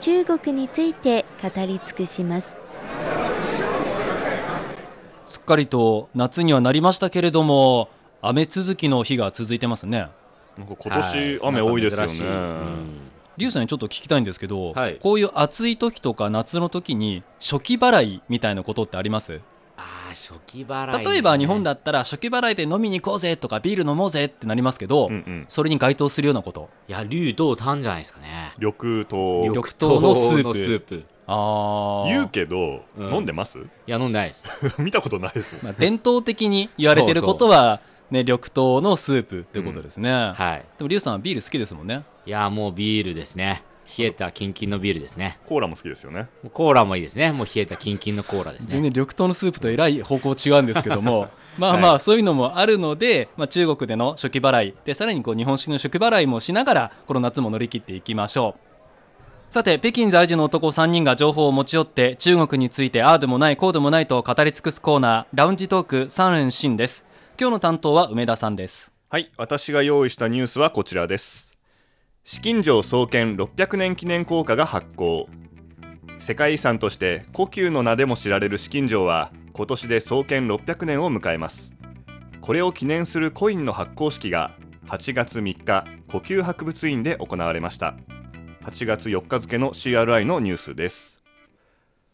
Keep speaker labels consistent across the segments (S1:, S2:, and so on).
S1: 中国について語り尽くします。
S2: すっかりと夏にはなりましたけれども雨続きの日が続いてますね
S3: なんか今年雨多いですよね、
S2: リュウさんにちょっと聞きたいんですけど、
S4: はい
S2: こういう暑い時とか夏の時に初期払いみたいなことってあります
S4: ああ初期払い、
S2: 例えば日本だったら初期払いで飲みに行こうぜとかビール飲もうぜってなりますけど、
S3: うんうん、
S2: それに該当するようなこと
S4: いや竜道丹じゃないですかね
S3: 緑
S2: 緑
S3: 豆
S2: 緑豆のスープ
S4: のスープい
S2: ああ
S3: 言うけど、
S4: うん
S3: 飲んでます
S4: や飲んでないです
S3: 見たことないですもん
S2: まあ、伝統的に言われてることは、ね、緑豆のスープってことですね、
S4: はい
S2: でもリュウさんはビール好きですもんね
S4: いやもうビールですね冷えたキンキンのビールですね
S3: コーラも好きですよね
S4: もうコーラもいいですねもう冷えたキンキンのコーラです
S2: 全
S4: ね
S2: 然緑豆のスープとえらい方向違うんですけどもまあまあそういうのもあるので、まあ、中国での初期払いでさらにこう日本式の初期払いもしながらこの夏も乗り切っていきましょうさて北京在住の男3人が情報を持ち寄って中国についてああでもないこうでもないと語り尽くすコーナーラウンジトーク3連新です今日の担当は梅田さんです
S3: はい私が用意したニュースはこちらです資金城創建600年記念硬貨が発行世界遺産として故宮の名でも知られる資金城は今年で創建600年を迎えますこれを記念するコインの発行式が8月3日故宮博物院で行われました8月4日付の CRI のニュースです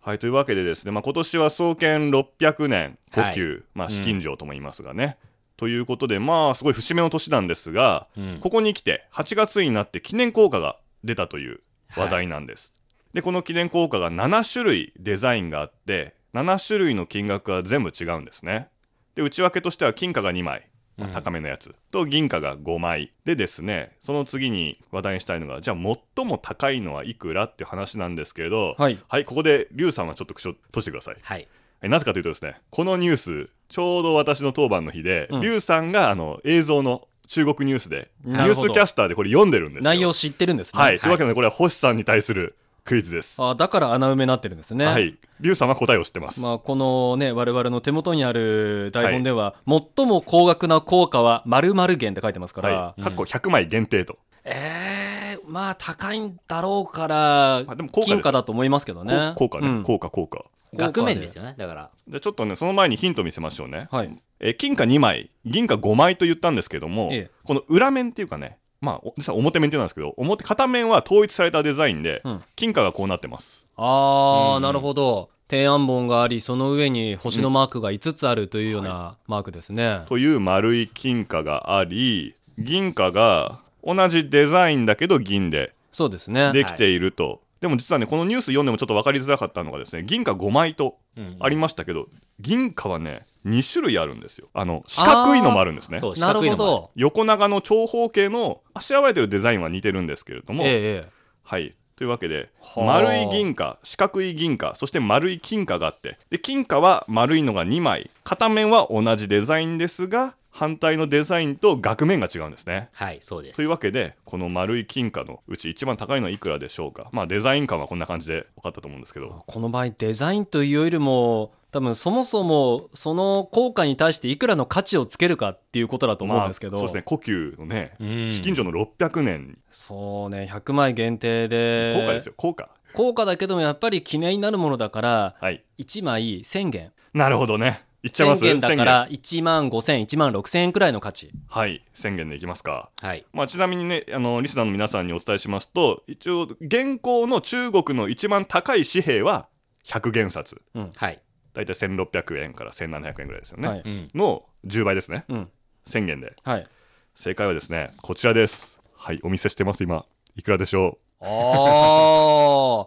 S3: はいというわけでですね、まあ、今年は創建600年故宮、
S4: はい
S3: まあ、資金城とも言いますがね、ということでまあすごい節目の年なんですが
S4: うん
S3: ここに来て8月になって記念硬貨が出たという話題なんです、でこの記念硬貨が7種類デザインがあって7種類の金額は全部違うんですねで内訳としては金貨が2枚、まあ
S4: うん
S3: 高めのやつと銀貨が5枚でですねその次に話題にしたいのがじゃあ最も高いのはいくらっていう話なんですけれど
S2: はい
S3: はいここで龍さんはちょっと口を閉じてください
S4: はい
S3: えなぜかというとですねこのニュースちょうど私の当番の日で
S2: うん
S3: リュウさんがあの映像の中国ニュースでニ
S2: な
S3: ュ
S2: る
S3: ー
S2: ほど
S3: スキャスターでこれ読んでるんですよ
S2: 内容知ってるんですね、
S3: はい、というわけでこれは星さんに対するクイズですは
S2: あだから穴埋めになってるんですね、
S3: いリュウさんは答えを知ってます、
S2: まあ、このね我々の手元にある台本では、最も高額な効果は〇〇元って書いてますから、
S3: はい、かっこ100枚限定と、
S2: えー、まあ高いんだろうから、
S3: まあでも効果です
S2: 金貨だと思いますけどね
S3: こう効果ね、
S2: うん
S3: 効果効果
S4: 額面です
S2: よ
S4: よねだから
S3: でちょっとねその前にヒント見せましょうね、
S2: はい
S3: え金貨2枚銀貨5枚と言ったんですけども、
S2: ええ
S3: この裏面っていうかねまあお実は表面って言うんですけど表片面は統一されたデザインで、
S2: うん
S3: 金貨がこうなってます
S2: あー、
S3: うん
S2: なるほど天安門がありその上に星のマークが5つあるというようなマークですね、
S3: という丸い金貨があり銀貨が同じデザインだけど銀で
S2: そうですね
S3: できていると、でも実はねこのニュース読んでもちょっと分かりづらかったのがですね銀貨5枚と
S4: うん
S3: ありましたけど、銀貨はね2種類あるんですよあの四角いのもあるんですね
S4: そう四
S2: なる
S4: 角い
S2: ほ
S4: のもあ
S2: ど
S3: 横長の長方形のあしらわれてるデザインは似てるんですけれども、
S2: ええええ
S3: はいというわけで
S2: はあ
S3: 丸い銀貨四角い銀貨そして丸い金貨があってで金貨は丸いのが2枚片面は同じデザインですが反対のデザインと額面が違うんですね。
S4: はいそうです
S3: というわけでこの丸い金貨のうち一番高いのはいくらでしょうかまあデザイン感はこんな感じで分かったと思うんですけど
S2: この場合デザインというよりも多分そもそもその効果に対していくらの価値をつけるかっていうことだと思うんですけど、
S3: まあそうですね故宮のね
S4: うん
S3: 資金所の600年
S2: そうね100枚限定で
S3: 硬貨ですよ硬貨
S2: 高価だけどもやっぱり記念になるものだから
S3: はい
S2: 1枚1000元
S3: なるほどねいっちゃいま
S2: 1000
S3: す
S2: 元だか
S3: 1000
S2: ら1万500010万6000円くらいの価値
S3: 元はい1000元でいきますか
S4: はい
S3: まあ、ちなみにねあのリスナーの皆さんにお伝えしますと一応現行の中国の一番高い紙幣は100元札
S4: はい
S3: 大体1600円から1700円ぐらいですよね、
S2: はい
S4: うん
S3: の10倍ですね
S2: うん
S3: 1000元で
S2: はい
S3: 正解はですねこちらですはいお見せしてます今いくらでしょ
S2: あ あ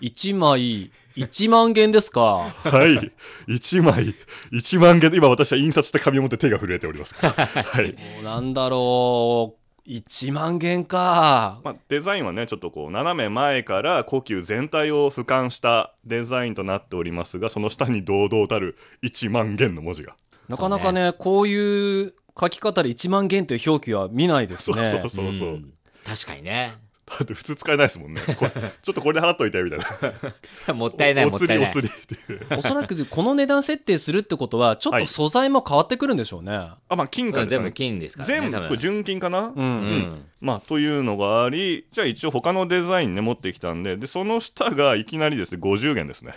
S2: 1枚1万元ですか
S3: うはい1枚1万元で今私は印刷した紙を持って手が震えておりますはい
S2: もうなんだろう1万元か、
S3: まあ、デザインはねちょっとこう斜め前から故宮全体を俯瞰したデザインとなっておりますがその下に堂々たる1万元の文字が、
S2: なかなかねこういう書き方で1万元という表記は見ないです
S3: そう
S2: ね
S3: そうそうそう、
S4: ん確かにね。
S3: だって普通使えないですもんねこれ ちょっとこれで払っといてみ たいな
S4: もったいない、
S3: お
S4: もっ
S3: 釣
S4: たい
S3: りお
S4: ない。
S3: 釣りっていう
S2: おそらくこの値段設定するってことはちょっ
S3: はい
S2: と素材も変わってくるんでしょうね、
S3: あまあ金貨
S4: うん
S3: ですか
S4: 全部
S3: ね
S4: 金ですからね。
S3: 全
S4: 多
S3: 部
S4: 分
S3: 純金かな、
S2: う
S4: うんん。
S3: まあ、というのがありじゃあ一応他のデザインね持ってきたんででその下がいきなりですね50元ですね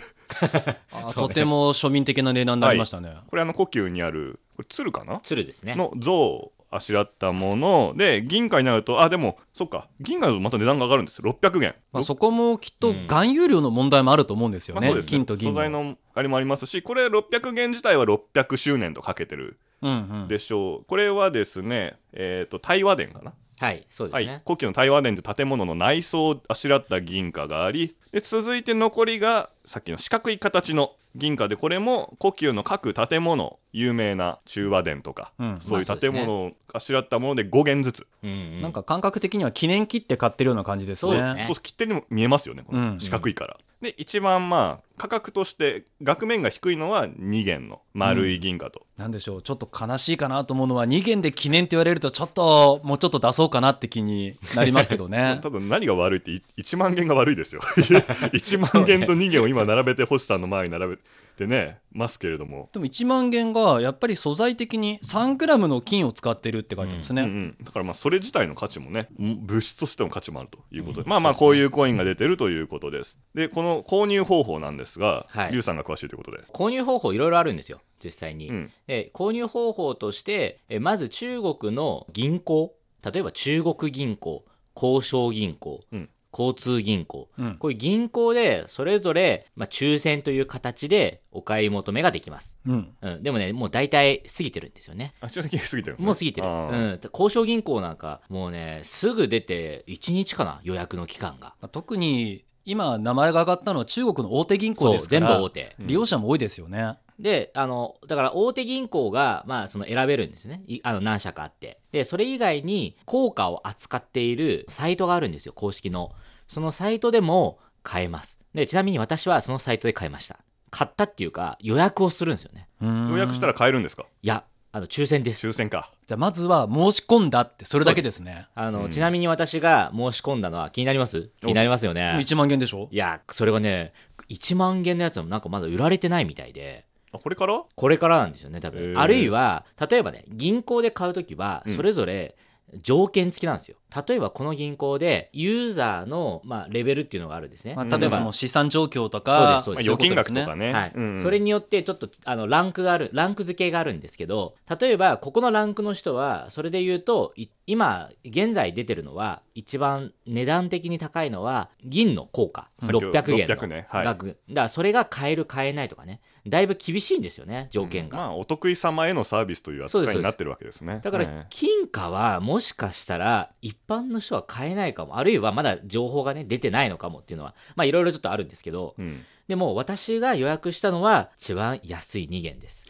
S2: あ
S4: そう
S2: と
S4: ね
S2: ても庶民的な値段になりましたね、
S3: これあの故宮にあるこれ鶴かな
S4: 鶴ですね。
S3: の像をあしらったもので銀貨になるとあでもそっか銀貨だとまた値段が上がるんですよ600元、
S2: まあ、そこもきっと
S4: うん
S2: 含有量の問題もあると思うんです
S3: まあ
S2: よね,、
S3: そうですね
S2: 金と銀
S3: 素材のあれもありますしこれ600元自体は600周年とかけてる
S2: うんうん
S3: でしょうこれはですねえっ、と大和殿かな
S4: はい、そうで
S3: は
S4: す
S3: い
S4: ね、。
S3: 故宮の大和殿という建物の内装をあしらった銀貨がありで続いて残りがさっきの四角い形の銀貨でこれも故宮の各建物有名な中和殿とか、
S2: うん
S3: そういう
S4: まあそうです
S3: 建
S4: ね
S3: 物をあしらったもので5元ずつ、
S4: うんうん
S2: なんか感覚的には記念切って買ってるような感じですね
S4: そうですね
S3: そう切手にも見えますよねこ
S2: うん
S3: の四角いから。で一番まあ価格として額面が低いのは2元の丸い銀貨と、
S2: なんでしょうちょっと悲しいかなと思うのは2元で記念って言われるとちょっともうちょっと出そうかなって気になりますけど ね
S3: 多分何が悪いってい1万元が悪い ですよ1万元と2元を今並べて星さんの前に並べてねますけれども
S2: でも1万元がやっぱり素材的に 3g の金を使ってるって書いてますね、
S3: うんうん、だからまあそれ自体の価値もね物質としての価値もあるということで、
S4: うん
S3: まあまあ
S4: そ
S3: こ
S4: う
S3: う
S4: ですね
S3: いうコインが出てるということですでこの購入方法なんですが、
S4: はい
S3: リュウさんが詳しいということで、
S4: 購入方法いろいろあるんですよ、実際に。
S3: うん
S4: で購入方法として、えまず中国の銀行、例えば中国銀行、交渉銀行、
S3: うん
S4: 交通銀行、
S2: うん
S4: こういう銀行でそれぞれ、まあ、抽選という形でお買い求めができます。
S2: うん
S4: うん、でもね、もう大体過ぎてるんですよね。
S3: あちょっと過ぎてるのね
S4: もう過ぎてる。う
S3: あー
S4: ん、交渉銀行なんか、もうね、すぐ出て1日かな、予約の期間が。
S2: まあ特に今名前が上がったのは中国の大手銀行
S4: そ
S2: で
S4: う、
S2: すか
S4: 全部
S2: ら
S4: 大手。
S2: 利用者も多いですよね、
S4: で、あの、だから大手銀行が、まあ、その選べるんですね。いあの、何社かあって。で、それ以外に、硬貨を扱っているサイトがあるんですよ、公式の。そのサイトでも買えます。で、ちなみに私はそのサイトで買いました。買ったっていうか、予約をするんですよね。
S2: うん
S3: 予約したら買えるんですか
S4: いや、あの、抽選です。
S3: 抽選か
S2: じゃあまずは申し込んだってそれだけですね
S4: あの、
S3: うん
S4: ちなみに私が申し込んだのは気になります気になりますよね。
S2: 1万元でしょ
S4: いや、それがね、1万円のやつもなんかまだ売られてないみたいで。
S3: あこれから
S4: これからなんですよね、多
S3: へ
S4: 分。
S3: ー
S4: あるいは、例えばね、銀行で買うときは
S3: う、ん
S4: それぞれ条件付きなんですよ。例えば、この銀行で、ユーザーの、まあ、レベルっていうのがあるんですね。
S2: まあ、
S3: ん
S2: 例えばその資産状況とか
S4: そう
S3: まあ、
S4: で
S3: 預
S2: そうい
S4: す
S2: うこと
S3: 金
S2: で
S3: 額
S2: す
S3: と
S2: ね
S3: かね
S4: はい
S3: うんうん
S4: それによってちょっとあのランクがあるランク付けがあるんですけど例えばここのランクの人はそれで言うとい今現在出てるのは一番値段的に高いのは銀の硬貨
S3: さっきの
S4: 600円の
S3: 600ねはい
S4: 額、だからそれが買える買えないとかねだいぶ厳しいんですよね条件が、
S3: まあお得意様へのサービスという
S4: そうで
S3: 扱い
S4: す
S3: になってるわけですね
S4: だから
S3: え
S4: 金貨はもしかしたら一般の人は買えないかもあるいはまだ情報がね出てないのかもっていうのはまあいろいろちょっとあるんですけど
S3: えうん、
S4: でも私が予約したのは一番安い2 元です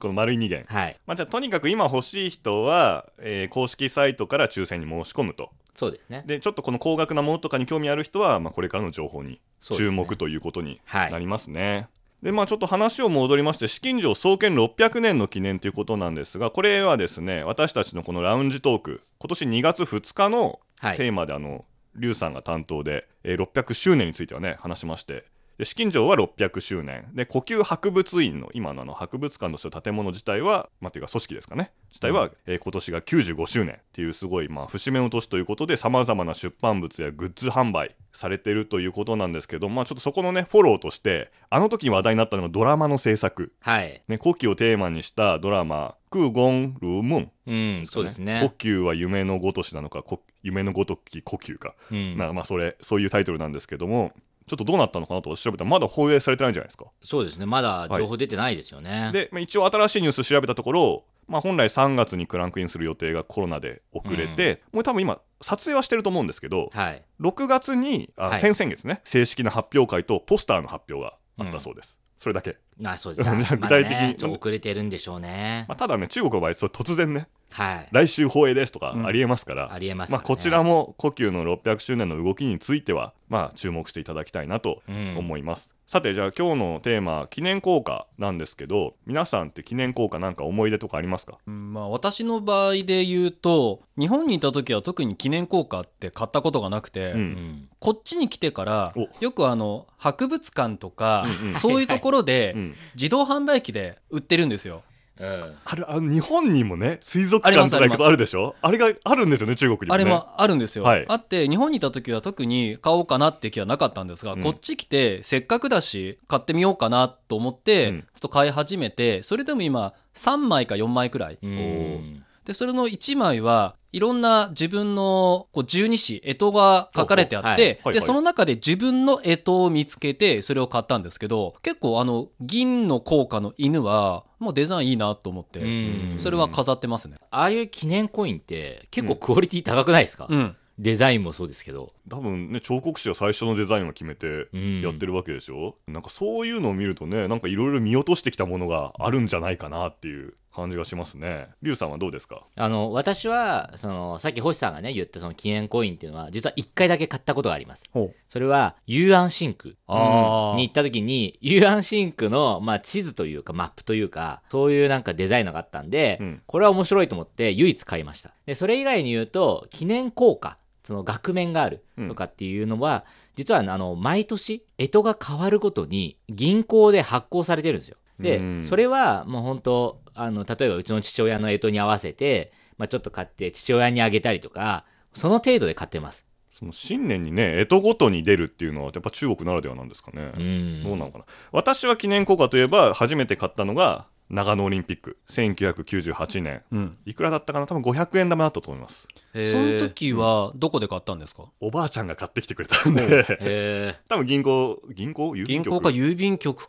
S3: この丸い2元
S4: はい
S3: まあ、じゃあとにかく今欲しい人は、えー公式サイトから抽選に申し込むと
S4: そうですね
S3: でちょっとこの高額なものとかに興味ある人は、まあ、これからの情報に
S4: そうで
S3: 注
S4: すね
S3: 目ということに
S4: は
S3: ないりますね。でまあ、ちょっと話を戻りまして、資金上創建600年の記念ということなんですが、これはですね、私たちのこのラウンジトーク、今年2月2日の
S4: はい
S3: テーマで、あの、リュウさんが担当で、えー600周年についてはね、話しまして、で資金上は600周年、で、呼吸博物院の今のあの博物館としての建物自体は、まあ、というか組織ですかね、自体は、えー今年が95周年っていう、すごい、まあ、節目の年ということで、さまざまな出版物やグッズ販売されてるということなんですけど、まあ、ちょっとそこのね、フォローとして、あの時に話題になったのがドラマの制作。
S4: はい
S3: ね、故宮をテーマにしたドラマ「クーゴン・ルームン
S4: うん」そうですね
S3: 故宮は夢のごとしなのかこ夢のごとき故宮か、
S4: うん
S3: まあまあそれそういうタイトルなんですけどもちょっとどうなったのかなと調べたらまだ放映されてないんじゃないですか、
S4: そうですねまだ情報出てないですよね、
S3: で、まあ、一応新しいニュース調べたところ、まあ、本来3月にクランクインする予定がコロナで遅れて、もう多分今撮影はしてると思うんですけど
S4: はい
S3: 6月にあ、
S4: はい
S3: 先々月ね正式な発表会とポスターの発表があったそうです、それだけ、
S4: まあそうですね
S3: 具体的に
S4: まだねちょっと遅れてるんでしょうね、
S3: まあ、ただね中国の場合そう突然ね
S4: はい。
S3: 来週放映ですとか
S2: うん
S3: ありえますから、
S4: ありえます
S3: ま
S4: か
S3: あ、
S4: らね
S3: こちらも故宮の600周年の動きについては、まあ、注目していただきたいなと
S4: うん
S3: 思います、さてじゃあ今日のテーマ記念硬貨なんですけど皆さんって記念硬貨なんか思い出とかありますか
S2: うんまあ、私の場合で言うと日本にいた時は特に記念硬貨って買ったことがなくて、
S3: う
S4: うんん。
S2: こっちに来てから
S3: お
S2: よくあの博物館とか、
S3: うんうん
S2: そういうところで
S3: うん
S2: 自動販売機で売ってるんですよ。
S4: うん。
S3: あるあの日本にもね水族
S2: ありま
S3: 館
S2: す
S3: とか行くとあるでしょあれがあるんですよね中国にも
S2: あ
S3: ね
S2: れもあるんですよ、
S3: はい
S2: あって日本にいた時は特に買おうかなって気はなかったんですが、
S3: うん
S2: こっち来てせっかくだし買ってみようかなと思って、
S3: うん
S2: ちょっと買い始めてそれでも今3枚か4枚くらい、
S4: うん。
S2: でそれの1枚はいろんな自分のこう十二支干支が書かれてあ
S3: ほうほうは
S2: って、
S3: いはいはい
S2: でその中で自分の干支を見つけてそれを買ったんですけど結構あの銀の硬貨の犬はもうデザインいいなと思って、
S4: うん
S2: それは飾ってますね。
S4: ああいう記念コインって結構クオリティ高くないですか、
S2: うん
S4: デザインもそうですけど。
S3: 多分ね彫刻師は最初のデザインを決めて
S4: うん
S3: やってるわけでしょ、なんかそういうのを見るとねなんかいろいろ見落としてきたものがあるんじゃないかなっていう感じがしますねリュウさんはどうですか
S4: あの、私は、その、さっき星さんがね、言ったその記念コインっていうのは、実は1回だけ買ったことがあります。
S2: ほう
S4: それは、雄安神宮。
S2: あー
S4: に行った時に、雄安神宮の、まあ、地図というか、マップというか、そういうなんかデザインのがあったんで、
S3: うん
S4: これは面白いと思って、唯一買いました。で、それ以外に言うと、記念硬貨、その額面があるとかっていうのは、実はね、あの、毎年、干支が変わるごとに、銀行で発行されてるんですよ。で、
S3: うん
S4: それは、もう本当あの、例えばうちの父親の干支に合わせて、まあ、ちょっと買って、父親にあげたりとか、その程度で買ってます。
S3: その新年にね干支ごとに出るっていうのはやっぱ中国ならではなんですかね、
S4: うん。
S3: どうなのかな私は記念硬貨といえば初めて買ったのが長野オリンピック1998年
S2: うん
S3: いくらだったかな多分500円玉だったと思います
S4: へー
S2: その時はどこで買ったんですか
S3: おばあちゃんが買ってきてくれたんで
S4: へー
S3: 多分銀行銀行郵便
S2: 銀
S3: 局
S2: 行か郵便局
S3: なん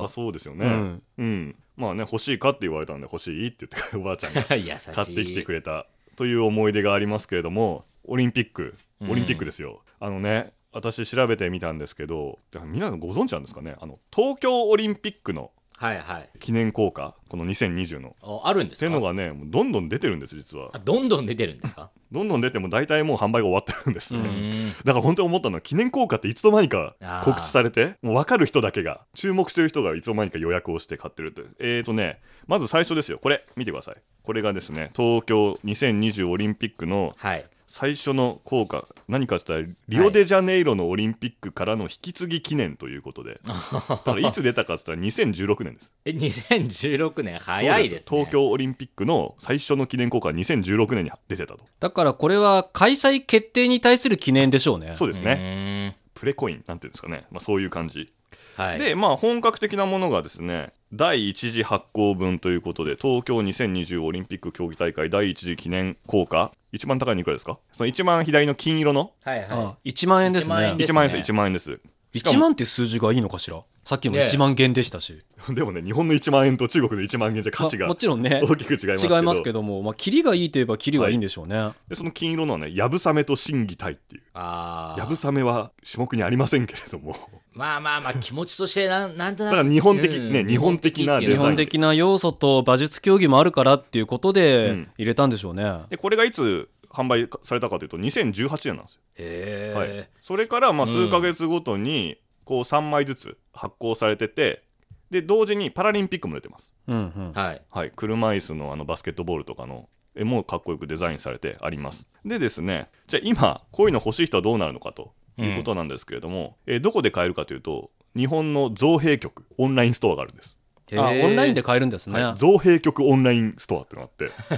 S3: か
S2: か。
S3: そうですよね、
S2: うん
S3: うん、まあね欲しいかって言われたんで欲しいって言っておばあちゃんが
S4: 優しい
S3: 買ってきてくれたという思い出がありますけれどもオリンピック
S4: うん
S3: オリンピックですよ、あのね私調べてみたんですけどだから皆さんご存知なんですかねあの東京オリンピックの
S4: はいはい
S3: 記念硬貨この2020の
S4: ああるんで
S3: っ
S4: す
S3: てい
S4: か
S3: うのがねもうどんどん出てるんです実は
S4: あどんどん出てるんですか
S3: どんどん出てもう大体もう販売が終わってるんですね、
S2: う
S4: うんん
S3: だから本当に思ったのは記念硬貨っていつの間にか
S4: あー
S3: 告知されてもう分かる人だけが注目してる人がいつの間にか予約をして買ってるというえーとねまず最初ですよこれ見てくださいこれがですね東京2020オリンピックの
S4: はい
S3: 最初の硬貨何かしたらリオデジャネイロのオリンピックからの引き継ぎ記念ということで、だからいつ出たかっつったら2016年です
S4: え2016年 早いですね
S3: そう東京オリンピックの最初の記念硬貨は2016年に出てたと
S2: だからこれは開催決定に対する記念でしょうね。
S3: そうですね、
S4: ね
S3: プレコインなんていうんですかね、まあ、そういう感じ、
S4: はい
S3: でまあ本格的なものがですね第1次発行分ということで東京2020オリンピック競技大会第1次記念硬貨一番高いのいくらですかその一番左の金色の
S4: はいはい
S2: あ1万円ですね。
S4: 1万円
S2: 1
S4: で
S2: 万
S3: 1万円です1万円です しかも
S2: って数字がいいのかしらさっきも
S4: ねえ
S2: 1万元でしたし。
S3: でもね日本の1万円と中国の1万円じゃ価値
S2: ま
S3: が
S2: あもちろんね、
S3: 大きく違いますけど
S2: 違いますけども、まあ、キリがいいといえばキリはいいんでしょうね。
S3: でその金色のはねやぶさめと審議隊っていう
S4: あー
S3: やぶさめは種目にありませんけれども
S4: まあまあ まあ気持ちとしてなんなんとな
S3: だ
S4: く
S3: から日本的、
S4: うん
S3: ね日本的な
S4: 日
S3: デ
S2: 日
S3: ザイ
S2: 本
S3: ンで
S2: 的な要素と馬術競技もあるからっていうこと
S3: う
S2: で
S3: ん
S2: 入れたんでしょうね。
S3: でこれがいつ販売されたかというと2018年なんですよ、
S4: へ
S3: はい
S4: え
S3: それからまあ
S4: うん
S3: 数ヶ月ごとにこう3枚ずつ発行されててで同時にパラリンピックも出てます、
S2: うんうん
S4: はい
S3: はい、車椅子のあのバスケットボールとかの絵もかっこよくデザインされてありますでですねじゃあ今こういうの欲しい人はどうなるのかということなんですけれども、えーどこで買えるかというと日本の造幣局オンラインストアがあるんです、
S2: あ
S4: へー
S2: オンラインで買えるんですね。
S3: はい、造幣局オンラインストアってのがあって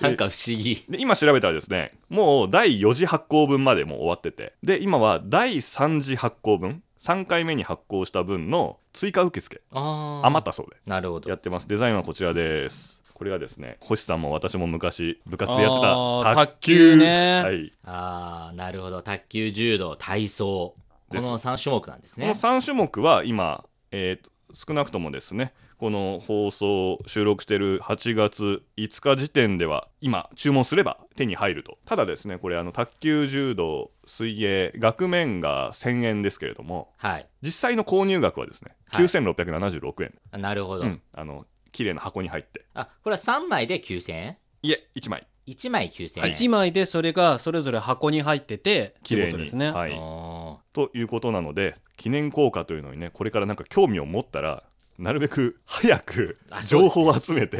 S4: なんか不思議
S3: で今調べたらですねもう第4次発行分までもう終わっててで今は第3次発行分3回目に発行した分の追加受付
S4: あー
S3: 余ったそう
S4: なるほ
S3: で
S4: ど
S3: やってますデザインはこちらですこれがですね星さんも私も昔部活でやってた
S2: あー
S3: 卓
S2: 卓球
S3: 球
S2: ね
S3: はい、
S4: あーなるほど卓球柔道体操こ
S3: です
S4: の3種目なんです
S3: この
S4: ね
S3: 3種目は今、えーと少なくともですねこの放送収録してる8月5日時点では今注文すれば手に入るとただですねこれあの卓球柔道水泳額面が1000円ですけれども
S4: はい
S3: 実際の購入額はですね、
S4: はい
S3: 9676円、
S4: あなるほど、
S3: うん、あの綺麗な箱に入って
S4: あこれは3枚で9000円
S3: いえ1枚
S4: 1枚9000円、
S2: 1枚でそれがそれぞれ箱に入っててって
S3: 綺
S2: いうこ
S3: 麗
S2: とで
S3: に
S2: すね、
S3: はい、
S4: あ
S3: ということなので記念硬貨というのにねこれからなんか興味を持ったらなるべく早く
S4: あそ
S3: 情
S4: うですね
S3: 報を集めて、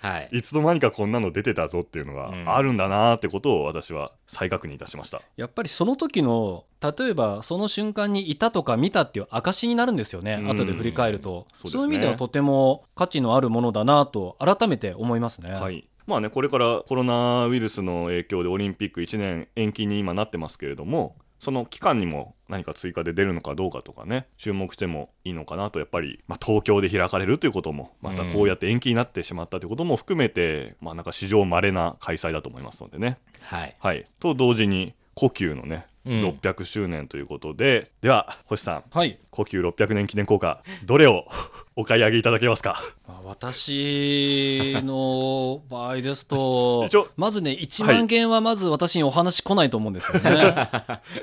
S4: ーはい
S3: いつの間にかこんなの出てたぞっていうの
S4: うん
S3: があるんだなーってことを私は再確認いたしました、
S2: やっぱりその時の例えばその瞬間にいたとか見たっていう証になるんですよね、
S3: うん
S2: 後で振り返ると
S3: そうで
S2: そう,、
S3: すね
S2: いう意味ではとても価値のあるものだなと改めて思いますね、
S3: はいまあねこれからコロナウイルスの影響でオリンピック1年延期に今なってますけれどもその期間にも何か追加で出るのかどうかとかね注目してもいいのかなとやっぱり、まあ、東京で開かれるということもまたこうやって延期になってしまったということも含めて、まあなんか史上稀な開催だと思いますのでね
S4: はい
S3: はい、と同時に故宮のね、
S4: うん
S3: 600周年ということででは星さん
S2: はい
S3: 故宮600年記念硬貨どれを お買い上げいただけます か
S2: まあ私の場合ですと
S3: 一応
S2: まずね1
S3: は
S2: 万
S3: い
S2: 件はまず私にお話来ないと思うんですよね、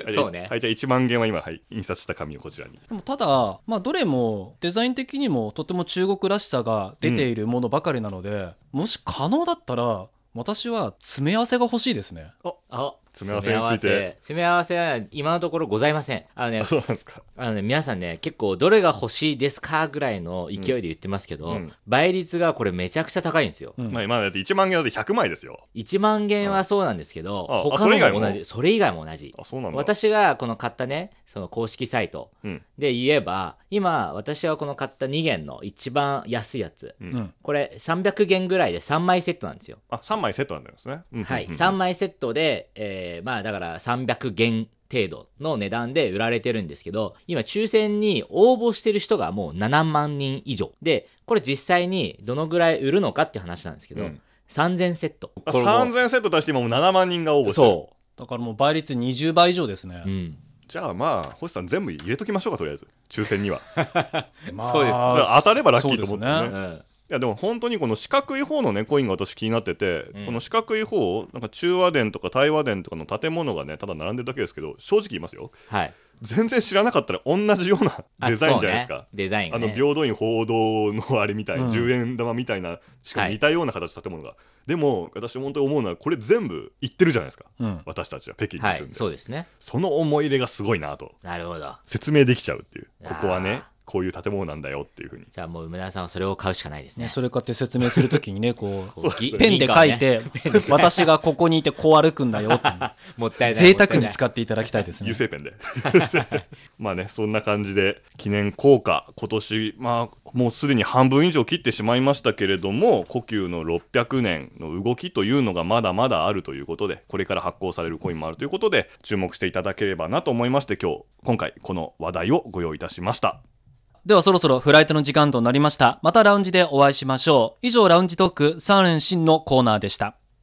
S4: そうね
S3: はいじゃあ1万円は今、はい、印刷した紙をこちらに
S2: でもただ、まあ、どれもデザイン的にもとても中国らしさが出ているものばかりなので、もし可能だったら私は詰め合わせが欲しいですね
S4: あ
S3: 詰め合わせについて
S4: 詰め合わせは今のところございませんあのね
S3: あそうなんですか
S4: あのね皆さんね結構どれが欲しいですかぐらいの勢いで言ってますけど、
S3: うん
S4: 倍率がこれめちゃくちゃ高いんですよ、
S2: うん
S3: まあ今だって1万円だって100枚ですよ
S4: 1万元はそうなんですけど、
S3: ああ
S4: 他
S3: それ以外
S4: の
S3: も
S4: も同じそれ以外も同じ
S3: あそうなんだ
S4: 私がこの買ったねその公式サイト
S3: うん
S4: で言えば今私はこの買った2元の一番安いやつ
S3: うん
S2: うん
S4: これ300元ぐらいで3枚セットなんですよ
S3: あ3枚セットなんですね、うん
S4: はい、
S3: うんうん
S4: 3枚セットで、えーまあだから300元程度の値段で売られてるんですけど今抽選に応募してる人がもう7万人以上でこれ実際にどのぐらい売るのかって話なんですけど、
S3: うん
S4: 3000セット
S3: あ
S4: これも
S3: 3000セット出して今もう7万人が応募してる
S4: そ
S2: だからもう倍率20倍以上ですね
S4: う、う、ん、
S3: じゃあまあ星さん全部入れときましょうかとりあえず抽選には
S2: まあ
S4: そうで
S3: だ
S4: す
S3: から当たればラッキーと思ってね
S2: そう
S4: う
S2: です
S4: ん、
S3: いやでも本当にこの四角い方のねコインが私気になってて、
S4: うん
S3: この四角い方なんか中和殿とか大和殿とかの建物がねただ並んでるだけですけど正直言いますよ
S4: はい
S3: 全然知らなかったら同じような
S4: あ
S3: デザインじゃないです
S4: そうね
S3: か、
S4: デザイン
S3: あ
S4: が、
S3: の
S4: ね、
S3: 平等院報道のあれみたい、
S2: うん
S3: 10円玉みたいなしかも
S4: はい
S3: 似たような形の建物が、でも私本当に思うのはこれ全部行ってるじゃないですか
S2: うん
S3: 私たちは北京に
S4: は
S3: 住
S4: い
S3: んで、
S4: そうですね
S3: その思い入れがすごいなと
S4: なるほど
S3: 説明できちゃうっていうここはね
S4: あ
S3: こういう建物なんだよっていうふうに
S4: じゃあもう梅田さんはそれを買うしかないですね
S2: ね、それかって説明するときにねこ う
S4: こうぎ
S3: そう
S2: ペンで書い
S4: 銀貨をね
S2: て、私がここにいてこう歩くんだよ っていうの
S4: もったいない
S2: 贅沢に
S4: う
S2: 使っていただきたいですね
S3: 油性ペンで まあねそんな感じで記念硬貨今年まあもうすでに半分以上切ってしまいましたけれども故宮の600年の動きというのがまだまだあるということでこれから発行されるコインもあるということで注目していただければなと思いまして今日今回この話題をご用意いたしました
S2: ではそろそろフライトの時間となりましたまたラウンジでお会いしましょう以上ラウンジトーク3連新のコーナーでした